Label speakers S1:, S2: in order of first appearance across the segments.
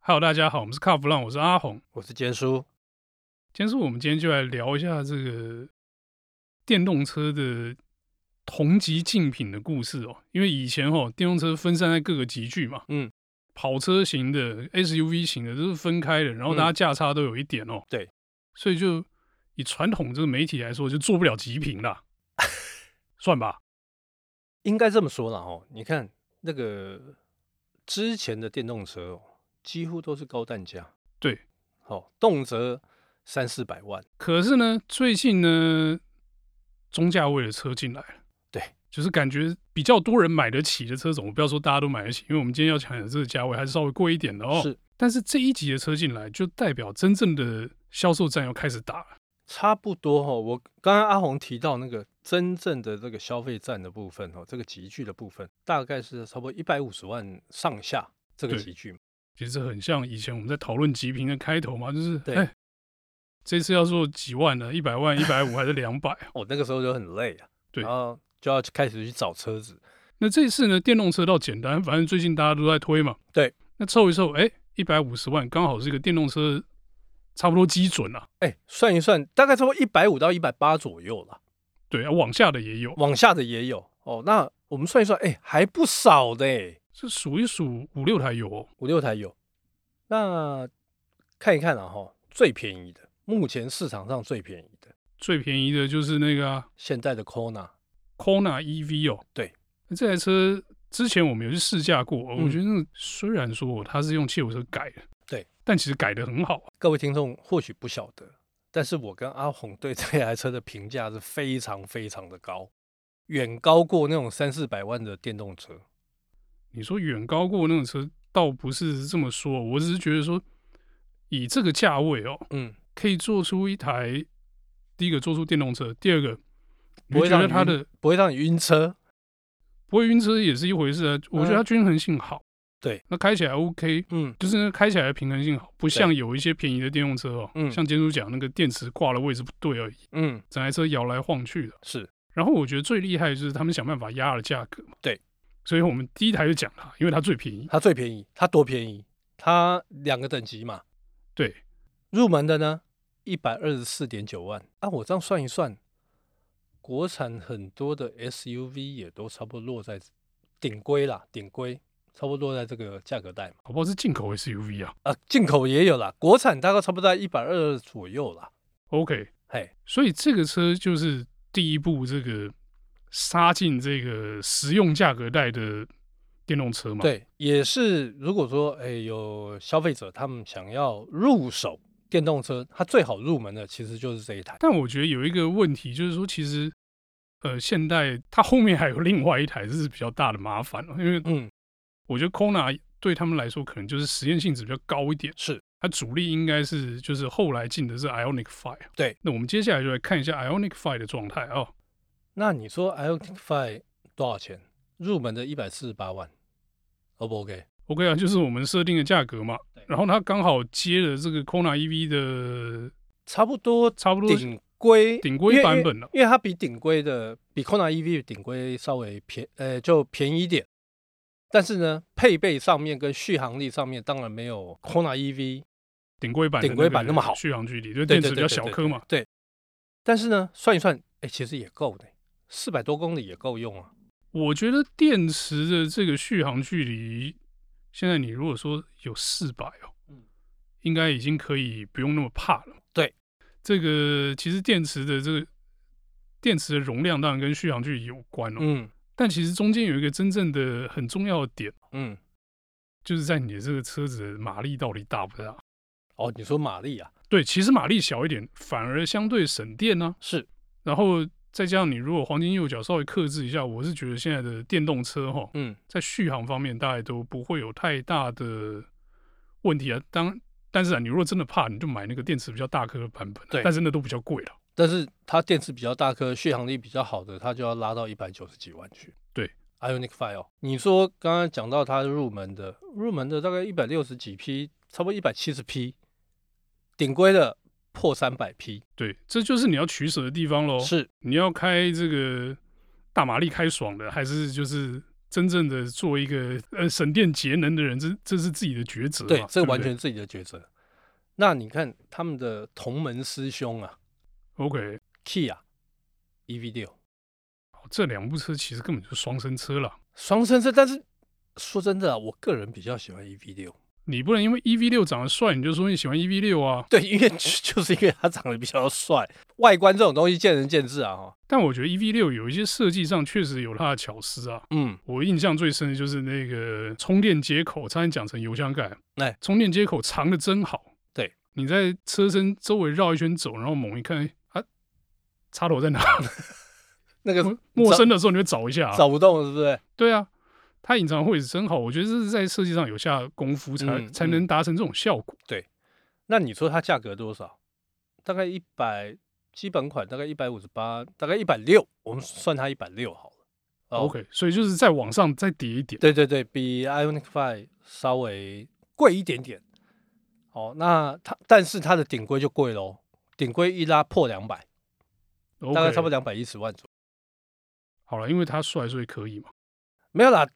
S1: Hello，大家好，我们是卡弗浪，我是阿红。
S2: 我是坚叔，
S1: 今天是我们今天就来聊一下这个电动车的同级竞品的故事哦。因为以前哦，电动车分散在各个集聚嘛，
S2: 嗯，
S1: 跑车型的、SUV 型的都是分开的，然后
S2: 嗯
S1: 大家价差都有一点哦。
S2: 对，
S1: 所以就以传统这个媒体来说，就做不了极品 啦，算吧。
S2: 应该这么说啦哦。你看那个之前的电动车哦，几乎都是高单价，
S1: 对，
S2: 哦，动辄三四百万，
S1: 可是呢，最近呢，中价位的车进来了，
S2: 对，
S1: 就是感觉比较多人买得起的车种，我不要说大家都买得起，因为我们今天要讲的这个价位还是稍微贵一点的哦。
S2: 是
S1: 但是这一级的车进来，就代表真正的销售战要开始打了。
S2: 差不多哦。我刚刚阿红提到那个真正的这个消费站的部分哦，这个集聚的部分，大概是差不多一百五十万上下这个
S1: 对
S2: 集聚嘛。
S1: 其实很像以前我们在讨论极品的开头嘛，就是
S2: 对
S1: 哎，这次要做几万呢？一百万、一百五还是两百？
S2: 我哦那个时候就很累啊，
S1: 对
S2: 然后就要去开始去找车子，
S1: 那这次呢，电动车倒简单，反正最近大家都在推嘛。
S2: 对，
S1: 那凑一凑，哎，一百五十万刚好是一个电动车差不多基准啊。
S2: 哎，算一算，大概差不多一百五到一百八左右啦。
S1: 对啊，往下的也有，
S2: 往下的也有哦。那我们算一算，哎、还不少的、哎，
S1: 是数一数五六台有、哦。
S2: 五六台有。那看一看啊，哈，最便宜的，目前市场上最便宜的，
S1: 最便宜的就是那个、啊、
S2: 现在的 Kona，
S1: Kona EV 哦。
S2: 对，
S1: 那这台车之前我们有去试驾过，哦
S2: 嗯
S1: 我觉得那个虽然说它是用汽油车改的，
S2: 对，
S1: 但其实改的很好啊。
S2: 各位听众或许不晓得，但是我跟阿红对这台车的评价是非常非常的高，远高过那种三四百万的电动车。
S1: 你说远高过那种车，倒不是这么说，我只是觉得说，以这个价位哦，
S2: 嗯，
S1: 可以做出一台，第一个做出电动车，第二个，
S2: 不
S1: 我
S2: 会
S1: 觉
S2: 让
S1: 得
S2: 你
S1: 它
S2: 晕
S1: 的
S2: 不会让你晕车。
S1: 不会晕车也是一回事啊。我觉得它均衡性好，
S2: 嗯对，
S1: 那开起来 OK，
S2: 嗯，
S1: 就是那开起来的平衡性好，不像有一些便宜的电动车哦，
S2: 嗯
S1: 像监督讲那个电池挂的位置不对而已，
S2: 嗯，
S1: 整台车摇来晃去的。
S2: 是
S1: 然后我觉得最厉害的就是他们想办法压了价格嘛，
S2: 对，
S1: 所以我们第一台就讲它，因为它最便宜，
S2: 它最便宜，它多便宜？它两个等级嘛，
S1: 对，
S2: 入门的呢，一百二十四点九万。按、我这样算一算，国产很多的 SUV 也都差不多落在顶规啦，顶规差不多落在这个价格带嘛。
S1: 好不好？是进口 SUV 啊
S2: 啊，进口也有啦，国产大概差不多在一百二左右啦。
S1: ，OK，
S2: 嘿，
S1: 所以这个车就是第一部这个杀进这个实用价格带的电动车嘛。，
S2: 对，也是。如果说哎、有消费者他们想要入手电动车，它最好入门的其实就是这一台。
S1: 但我觉得有一个问题就是说，其实呃，现代它后面还有另外一台，这是比较大的麻烦哦，因为
S2: 嗯，
S1: 我觉得 Kona 对他们来说可能就是实验性质比较高一点，
S2: 是
S1: 它主力应该是就是后来进的是 Ionic Five。
S2: 对，
S1: 那我们接下来就来看一下 Ionic Five 的状态哦。
S2: 那你说哎 Ioniq Five 多少钱？入门的一百四十八万，O 不 OK？
S1: OK 啊，就是我们设定的价格嘛
S2: 对，
S1: 然后它刚好接了这个 Kona EV 的
S2: 差不多
S1: 差不多
S2: 顶规
S1: 顶规
S2: 因为
S1: 版本了
S2: 因为因为它比顶规的比 Kona EV 顶规稍微便呃就便宜一点，但是呢，配备上面跟续航力上面当然没有 Kona E EV，
S1: 顶规版的
S2: 顶规版
S1: 个
S2: 那么好
S1: 续航距离，就
S2: 对
S1: 电池比
S2: 对
S1: 较
S2: 对对
S1: 小
S2: 对
S1: 颗嘛。
S2: 但是呢，算一算，哎，其实也够的，四百多公里也够用啊。
S1: 我觉得电池的这个续航距离，现在你如果说有四百哦，
S2: 嗯
S1: 应该已经可以不用那么怕了。
S2: 对，
S1: 这个其实电池的这个电池的容量当然跟续航距离有关哦，
S2: 嗯
S1: 但其实中间有一个真正的很重要的点，
S2: 嗯，
S1: 就是在你的这个车子的马力到底大不大。
S2: 哦，你说马力啊，
S1: 对，其实马力小一点，反而相对省电啊呢、
S2: 是
S1: 然后再加上你如果黄金右脚稍微克制一下，我是觉得现在的电动车哈，
S2: 嗯
S1: 在续航方面大概都不会有太大的问题啊。当但是啊，你如果真的怕，你就买那个电池比较大颗的版本啊，
S2: 对
S1: 但是那都比较贵了。
S2: 但是它电池比较大颗，续航力比较好的，它就要拉到一百九十几万去。
S1: 对
S2: ，Ionic Five 哦，你说刚刚讲到它入门的，入门的大概一百六十几匹，差不多一百七十匹，顶规的破三百匹，
S1: 对，这就是你要取哦舍的地方喽。
S2: 是
S1: 你要开这个大马力开爽的，还是就是真正的做一个呃省电节能的人，这这是自己的抉择嘛。
S2: 对，这
S1: 不
S2: 完全自己的抉择。那你看他们的同门师兄啊
S1: OK。
S2: ，Kia EV 六
S1: 好这两部车其实根本就是双生车了，
S2: 双生车，但是说真的啊，我个人比较喜欢 EV 六，
S1: 你不能因为 EV 六长得帅，你就说你喜欢 EV 六啊。
S2: 对，因为就是因为他长得比较帅，外观这种东西见仁见智啊，哈，
S1: 但我觉得 EV 六有一些设计上确实有它的巧思啊。
S2: 嗯，
S1: 我印象最深的就是那个充电接口，差点讲成油箱盖。
S2: 哎
S1: 充电接口藏的真好。
S2: 对，
S1: 你在车身周围绕一圈走，然后猛一看，哎啊，插头在哪？
S2: 那个
S1: 陌生的时候你会找一下、啊。
S2: 找不动，是不是？
S1: 对啊，它隐藏的位置真好，我觉得这是在设计上有下功夫才、
S2: 嗯
S1: 才
S2: 嗯
S1: 能达成这种效果。
S2: 那你说它价格多少？大概一百基本款，大概一百五十八，大概一百六，我们算它一百六好了。哦
S1: OK，所以就是在往上再叠一点。
S2: 对对对，比 Ionic Five 稍微贵一点点。哦，那它但是它的顶规就贵喽，顶规一拉破两百，
S1: OK，
S2: 大概差不多两百一十万左右。
S1: 好了，因为它帅，所以可以嘛。
S2: 没有啦，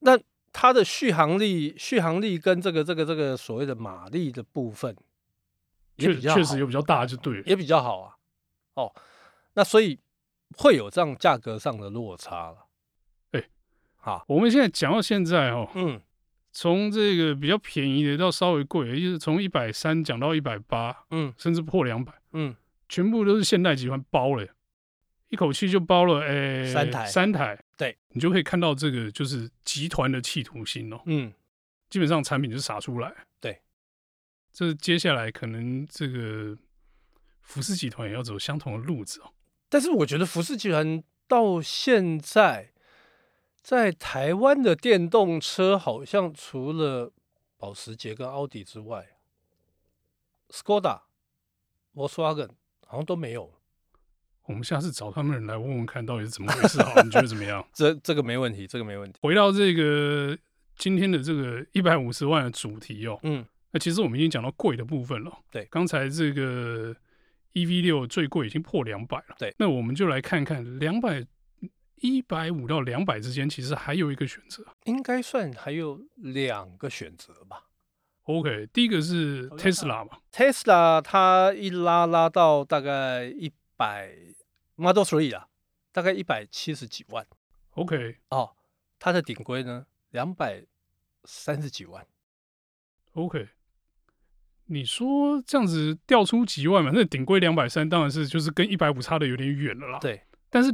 S2: 那它的续航力、续航力跟这个这个这个所谓的马力的部分也
S1: 确
S2: 比较
S1: 确
S2: 好
S1: 实有比较大，就对了。
S2: 也比较好啊。哦，那所以会有这样价格上的落差了。
S1: 哎
S2: 好，
S1: 我们现在讲到现在哦，
S2: 嗯，
S1: 从这个比较便宜的到稍微贵的，也就是从一百三讲到一百八，
S2: 嗯
S1: 甚至破两百，
S2: 嗯，
S1: 全部都是现代集团包了耶，一口气就包了，诶、
S2: 三台
S1: 三台，
S2: 对
S1: 你就可以看到这个就是集团的企图心哦，
S2: 嗯，
S1: 基本上产品是撒出来，
S2: 对，
S1: 这接下来可能这个福斯集团也要走相同的路子哦，
S2: 但是我觉得福斯集团到现在在台湾的电动车，好像除了保时捷跟奥迪之外，Skoda、Volkswagen 好像都没有。
S1: 我们下次找他们人来问问看到底是怎么回事好了，你觉得怎么样？
S2: 这这个没问题，这个没问题。
S1: 回到这个今天的这个一百五十万的主题哦，
S2: 嗯，
S1: 那其实我们已经讲到贵的部分了。哦
S2: 对
S1: 刚才这个 EV 六最贵已经破两百了。
S2: 对
S1: 那我们就来看看两百一百五到两百之间，其实还有一个选择。
S2: 应该算还有两个选择吧。
S1: OK，第一个是
S2: 好像
S1: Tesla 嘛，
S2: Tesla 它一拉拉到大概一百 Model Three 啊，大概一百七十几万
S1: OK
S2: 哦，它的顶规呢两百三十几万，
S1: OK，你说这样子掉出几万嘛？那顶规两百三，当然是就是跟一百五差的有点远了啦。，
S2: 对，
S1: 但是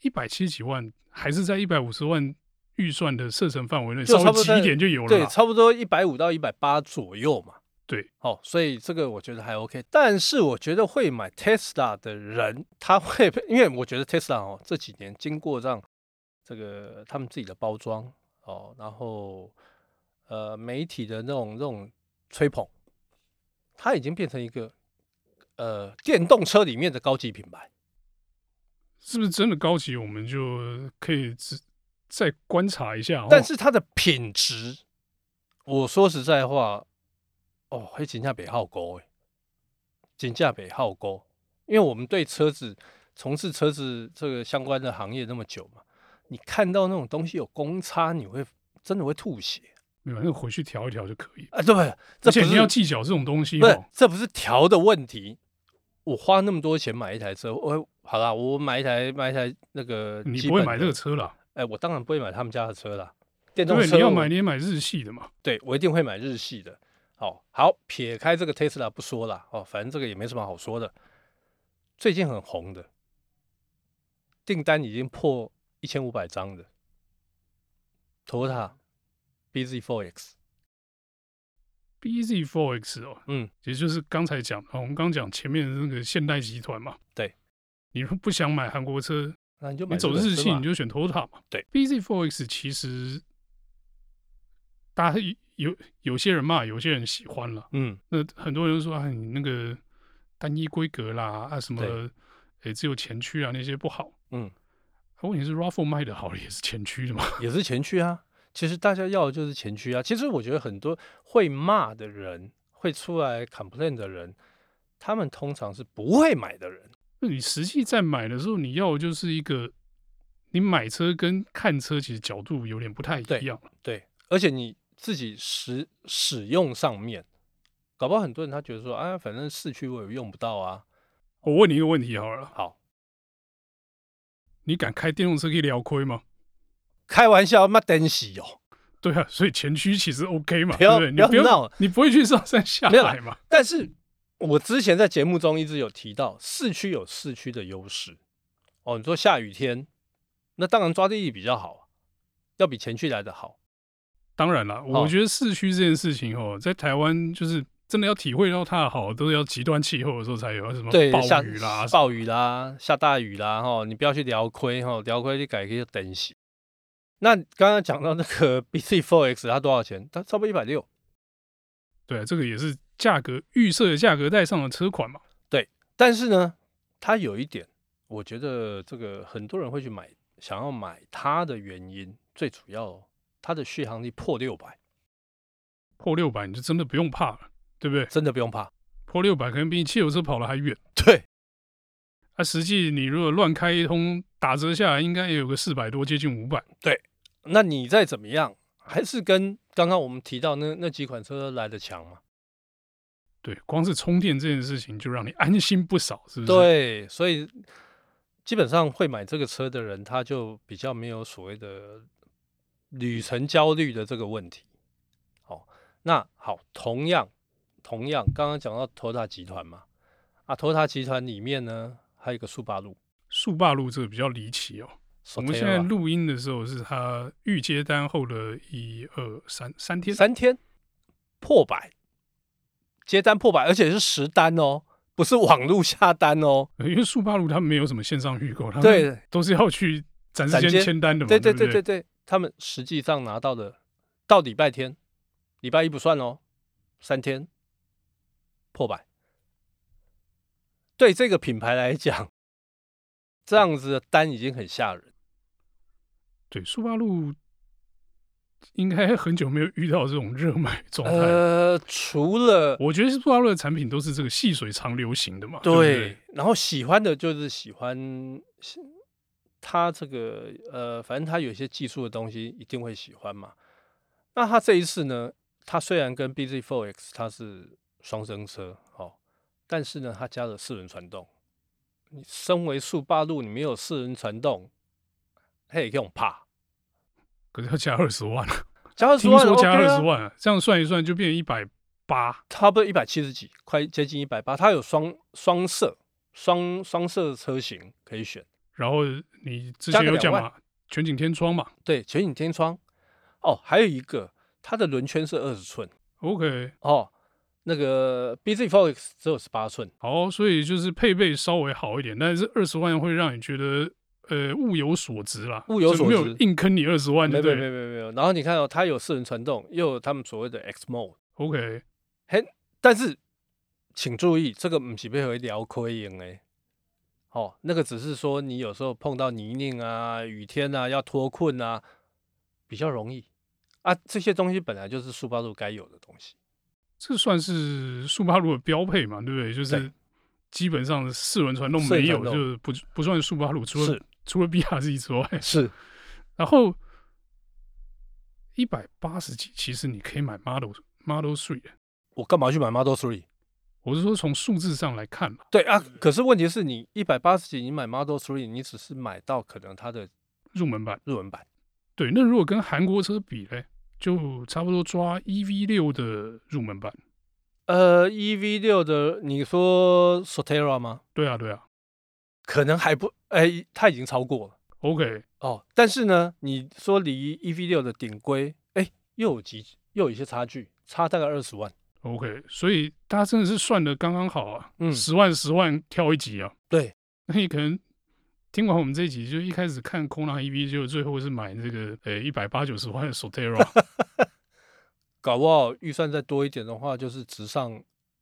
S1: 一百七十几万还是在一百五十万预算的射程范围内，
S2: 就
S1: 稍
S2: 差
S1: 微
S2: 不多
S1: 挤一
S2: 在
S1: 点就有了
S2: 对，
S1: 啦。
S2: 差不多一百五到一百八左右嘛。
S1: 对，
S2: 哦，所以这个我觉得还 OK，但是我觉得会买 Tesla 的人，他会，因为我觉得 Tesla 哦这几年经过让这个他们自己的包装哦，然后呃媒体的那种那种吹捧，它已经变成一个呃电动车里面的高级品牌。
S1: 是不是真的高级，我们就可以只再观察一下哦。
S2: 但是它的品质，我说实在话，哦，黑金价北好高哎，金价北好高，因为我们对车子从事车子这个相关的行业那么久嘛，你看到那种东西有公差，你会真的会吐血
S1: 没有，那回去调一调就可以。
S2: 啊！对不对？
S1: 而
S2: 这
S1: 且
S2: 不
S1: 你
S2: 是
S1: 要计较这种东西
S2: 不是
S1: 哦，
S2: 这不是调的问题。我花那么多钱买一台车，我好啦，我买一台买一台那个，
S1: 你不会买这个？车啦，
S2: 哎，我当然不会买他们家的车啦，电动
S1: 对，
S2: 车
S1: 你要
S2: 我
S1: 买你也买日系的嘛。
S2: 对我一定会买日系的。好好，撇开这个 Tesla 不说了哦，反正这个也没什么好说的。最近很红的订单已经破一千五百张的 Toyota BZ4X，
S1: BZ4X 哦，
S2: 嗯，
S1: 也就是刚才讲，哦我们刚讲前面的那个现代集团嘛。
S2: 对，
S1: 你如果不想买韩国车，
S2: 那你就买
S1: 你走
S2: 这个
S1: 日
S2: 车
S1: 系
S2: 嘛
S1: 你就选 Toyota 嘛。
S2: 对
S1: ，BZ4X 其实大家有有些人骂，有些人喜欢了。
S2: 嗯
S1: 那很多人就说啊，你那个单一规格啦，啊什么，
S2: 对
S1: 诶、只有前驱啊那些不好。
S2: 嗯，
S1: 啊、问题是 Raffle 卖的好也是前驱的嘛？
S2: 也是前驱啊。其实大家要的就是前驱啊。其实我觉得很多会骂的人，会出来 complain 的人，他们通常是不会买的人。
S1: 那你实际在买的时候，你要的就是一个你买车跟看车其实角度有点不太
S2: 对
S1: 一样。
S2: 对，而且你自己使使用上面，搞不好很多人他觉得说，啊，反正市区我也用不到啊。
S1: 我问你一个问题好了，
S2: 好，
S1: 你敢开电动车可以聊亏吗？
S2: 开玩笑，妈等死哦。
S1: 对啊，所以前驱其实 OK 嘛，
S2: 不
S1: 对
S2: 要
S1: 不对？你
S2: 不要
S1: 不用
S2: 闹了
S1: 你不会去上山下
S2: 没有
S1: 海嘛？
S2: 但是我之前在节目中一直有提到，市区有市区的优势。哦，你说下雨天，那当然抓地力比较好，要比前去来的好。
S1: 当然啦，
S2: 哦
S1: 我觉得市区这件事情哦，在台湾就是真的要体会到它的好，都是要极端气候的时候才有，什么
S2: 对，
S1: 暴
S2: 下
S1: 雨啦，
S2: 暴雨啦，下大雨啦，哈，你不要去聊亏哈，聊亏就改个等洗。那刚刚讲到那个 BC Four X 它多少钱？它差不多一百六。
S1: 对，啊这个也是价格预设的价格带上的车款嘛。
S2: 但是呢，它有一点，我觉得这个很多人会去买，想要买它的原因，最主要它的续航力破六百，
S1: 破六百你就真的不用怕了，对不对？
S2: 真的不用怕。
S1: 破六百可能比你汽油车跑得还远。
S2: 对，
S1: 啊，实际你如果乱开一通，打折下来应该也有个四百多，接近五百。
S2: 那你再怎么样，还是跟刚刚我们提到那那几款车来的强嘛？
S1: 对，光是充电这件事情就让你安心不少，是不是？，
S2: 对，所以基本上会买这个车的人，他就比较没有所谓的旅程焦虑的这个问题。哦，那好，同样同样，刚刚讲到 Toyota 集团嘛，啊，Toyota 集团里面呢，还有一个速八路，啊
S1: 速霸路这个比较离奇哦。我们现在
S2: Sotera
S1: 录音的时候是它预接单后的一二三三天，
S2: 三天破百，接单破百，而且是实单哦，不是网路下单哦。
S1: 呃因为速霸路它没有什么线上预购，它
S2: 对
S1: 都是要去展示
S2: 展
S1: 间
S2: 间
S1: 签单的嘛，
S2: 对
S1: 对
S2: 对
S1: 不
S2: 对对对，他们实际上拿到的到礼拜天，礼拜一不算哦，三天破百。对这个品牌来讲，这样子的单已经很吓人。
S1: 对，速霸路应该很久没有遇到这种热卖状态。
S2: 呃，除了
S1: 我觉得速霸路的产品都是这个细水长流型的嘛，对不
S2: 对，然后喜欢的就是喜欢喜他这个呃，反正他有一些技术的东西一定会喜欢嘛。那他这一次呢，他虽然跟 BZ4X 它是双生车哦，但是呢，它加了四轮传动。你身为速八路，你没有四轮传动，嘿，用怕
S1: 可是要加二十万，啊
S2: 加二十
S1: 听
S2: 万
S1: 说加
S2: OK
S1: 二
S2: 啊
S1: 十万、这样算一算就变一百八。
S2: 差不多一百七十几，快接近一百八。它有双双色双双色车型可以选。
S1: 然后你之
S2: 加
S1: 前
S2: 个
S1: 有
S2: 2
S1: 讲
S2: 万
S1: 嘛，全景天窗嘛
S2: 对，全景天窗。哦，还有一个，它的轮圈是二十寸
S1: ，OK，
S2: 哦，那个 BZ Fox 只有十八寸。
S1: 好，所以就是配备稍微好一点，但是二十万会让你觉得呃物有所值啦，
S2: 物有
S1: 就
S2: 所
S1: 没有
S2: 值
S1: 硬坑你二十万
S2: 没
S1: 就
S2: 有没
S1: 哦对
S2: 有没有没有没有。然后你看哦，它有四轮传动，又有他们所谓的 X Mode，
S1: o k
S2: 但是请注意，这个不是被回聊亏赢哎。哦，那个只是说你有时候碰到泥泞啊、雨天啊，要脱困啊，比较容易啊。这些东西本来就是速八路该有的东西。
S1: 这算是速八路的标配嘛，对不对？就是
S2: 对
S1: 基本上四轮传动
S2: 四轮
S1: 没有，
S2: 传动
S1: 就是不不算速八路，除了
S2: 是
S1: 除了 BRZ 之外，
S2: 是，
S1: 然后一百八十几，其实你可以买 Model Model Three，
S2: 我干嘛去买 Model Three？
S1: 我是说从数字上来看嘛，
S2: 对啊，可是问题是你一百八十几，你买 Model Three，你只是买到可能它的
S1: 入门版。
S2: 日文版，
S1: 对，那如果跟韩国车比嘞，就差不多抓 EV 六的入门版。
S2: 呃，EV 六的，你说 Sotera 吗？
S1: 对啊，对啊
S2: 可能还不，哎，它已经超过了
S1: ，OK，
S2: 哦。但是呢，你说离 EV 六的顶规，哎，又有几，又有一些差距，差大概二十万。
S1: OK，所以他真的是算的刚刚好啊，
S2: 嗯
S1: 十万十万挑一集啊。
S2: 对，
S1: 那你可能听完我们这一集，就一开始看空浪 EV，就最后是买这个呃一百八九十万的 Sotera，
S2: 搞不好预算再多一点的话，就是直上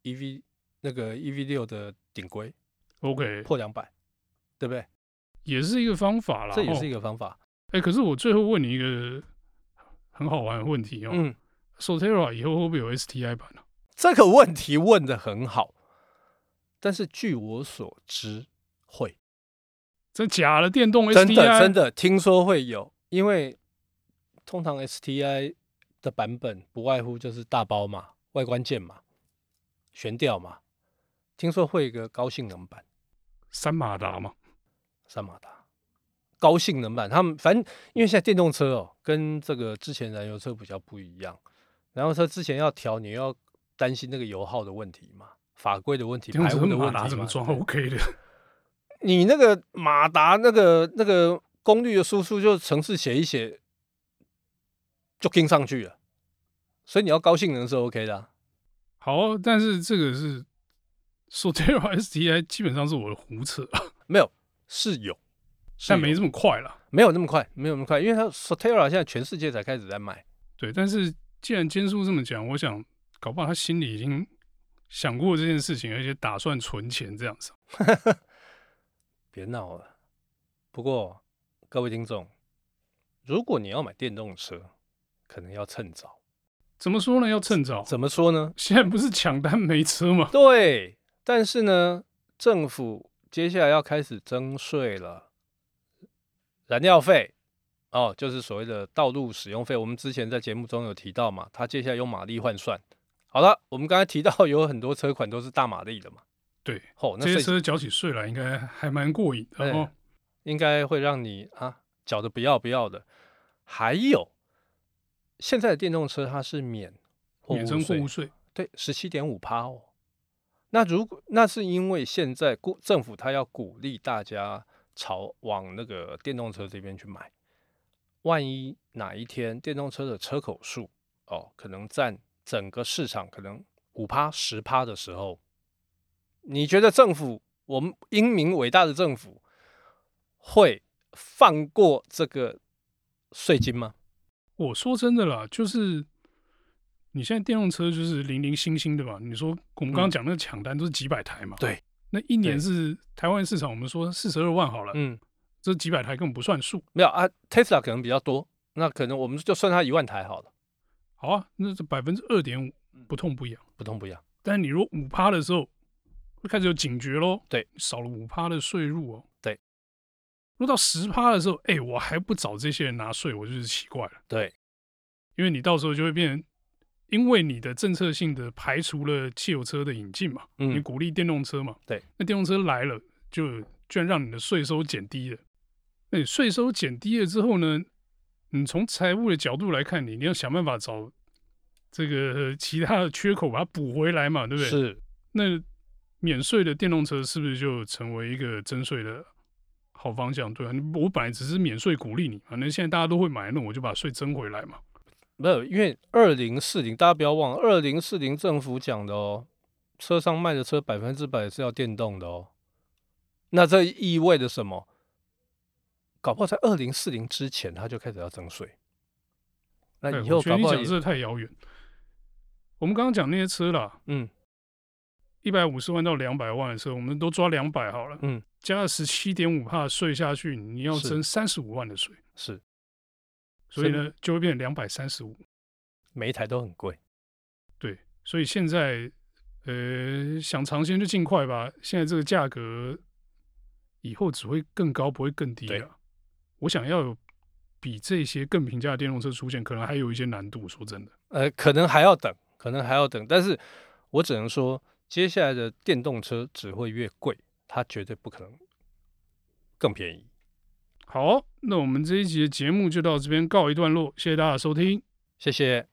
S2: EV 那个 EV 六的顶规
S1: OK，
S2: 破两百，对不对？
S1: 也是一个方法啦。
S2: 这也是一
S1: 哦
S2: 个方法。
S1: 哎、可是我最后问你一个很好玩的问题哦、
S2: 嗯，
S1: Sotera 以后会不会有 STI 版啊呢、
S2: 这个问题问的很好，但是据我所知，会
S1: 这假的电动 STI，
S2: 真的真的听说会有，因为通常 STI 的版本不外乎就是大包嘛、外观键嘛、悬吊嘛，听说会有一个高性能版
S1: 三马达嘛，
S2: 三马达。高性能版，他们反正因为现在电动车哦，跟这个之前燃油车比较不一样。燃油车之前要调，你要担心那个油耗的问题嘛，法规的问题，
S1: 电动
S2: 排
S1: 车
S2: 污的
S1: 马
S2: 问题
S1: 达怎么
S2: 嘛
S1: 装
S2: 对
S1: OK 的？
S2: 你那个马达那个那个功率的输出，就程式写一写就跟上去了，所以你要高性能是 OK 的、啊。
S1: 好，但是这个是 Sotera STI 基本上是我的胡扯，啊
S2: 没有是有，是哦
S1: 但
S2: 有
S1: 没这么快啦。
S2: 没有那么快，没有那么快，因为它 Sotera 现在全世界才开始在卖，
S1: 对，但是既然坚叔这么讲，我想搞不好他心里已经想过这件事情，而且打算存钱这样子。
S2: 别闹了。不过各位听众，如果你要买电动车，可能要趁早。
S1: 怎么说呢？要趁早。
S2: 怎么说呢？
S1: 现在不是抢单没车吗？
S2: 对，但是呢，政府接下来要开始征税了，燃料费哦，就是所谓的道路使用费。我们之前在节目中有提到嘛，它接下来用马力换算。好了，我们刚才提到有很多车款都是大马力的嘛，
S1: 对，
S2: 哦，那
S1: 这
S2: 哎
S1: 些
S2: 税
S1: 车缴起税来应该还蛮过瘾的哦。
S2: 应该会让你啊缴的不要不要的。还有，现在的电动车它是免货
S1: 免征
S2: 物
S1: 货
S2: 税
S1: 物，税，
S2: 对，十七点五趴哦。那如果那是因为现在鼓政府它要鼓励大家朝往那个电动车这边去买，万一哪一天电动车的车口数哦，可能占整个市场可能五趴十趴的时候，你觉得政府我们英明伟大的政府会放过这个税金吗？
S1: 我说真的啦，就是你现在电动车就是零零星星的嘛。你说我们刚刚
S2: 嗯
S1: 讲那个抢单都是几百台嘛？
S2: 对，
S1: 那一年
S2: 对
S1: 是台湾市场，我们说四十二万好了，
S2: 嗯，
S1: 这几百台根本不算数。
S2: 没有啊，Tesla 可能比较多，那可能我们就算它一万台好了，
S1: 好啊，那这百分之二点五
S2: 嗯
S1: 不痛不痒。
S2: 不痛不痒。
S1: 但你如果五趴的时候，会开始有警觉喽。
S2: 对，
S1: 少了五趴的税入哦。
S2: 对，
S1: 如果到十趴的时候，哎、我还不找这些人拿税，我就是奇怪了。
S2: 对，
S1: 因为你到时候就会变成，因为你的政策性的排除了汽油车的引进嘛，你
S2: 嗯，
S1: 鼓励电动车嘛，
S2: 对，
S1: 那电动车来了，就居然让你的税收减低了。那你税收减低了之后呢，你从财务的角度来看你，你要想办法找这个呃其他的缺口把它补回来嘛，对不对？。
S2: 是
S1: 那免税的电动车是不是就成为一个征税的好方向？对啊，你我本来只是免税鼓励你，反正现在大家都会买，那我就把税征回来嘛。
S2: 没有，因为二零四零，大家不要忘了，二零四零政府讲的哦，车上卖的车百分之百是要电动的哦。那这意味着什么？搞不好在二零四零之前，它就开始要征税。那
S1: 哎
S2: 以
S1: 我
S2: 后
S1: 觉得
S2: 搞
S1: 你
S2: 不好
S1: 讲
S2: 也
S1: 这太遥远。我们刚刚讲那些车啦，
S2: 嗯，
S1: 一百五十万到两百万的车，我们都抓两百好了，
S2: 嗯，
S1: 加了十七点五帕税下去，你要
S2: 是
S1: 征三十五万的税，
S2: 是
S1: 所以呢就会变两百三十五。
S2: 每一台都很贵。
S1: 对，所以现在呃想尝鲜就尽快吧，现在这个价格以后只会更高，不会更低
S2: 对
S1: 了。我想要有比这些更平价的电动车出现，可能还有一些难度。说真的，
S2: 呃，可能还要等，可能还要等，但是我只能说，接下来的电动车只会越贵，它绝对不可能更便宜。
S1: 好，那我们这一集的节目就到这边告一段落，谢谢大家的收听。
S2: 谢谢。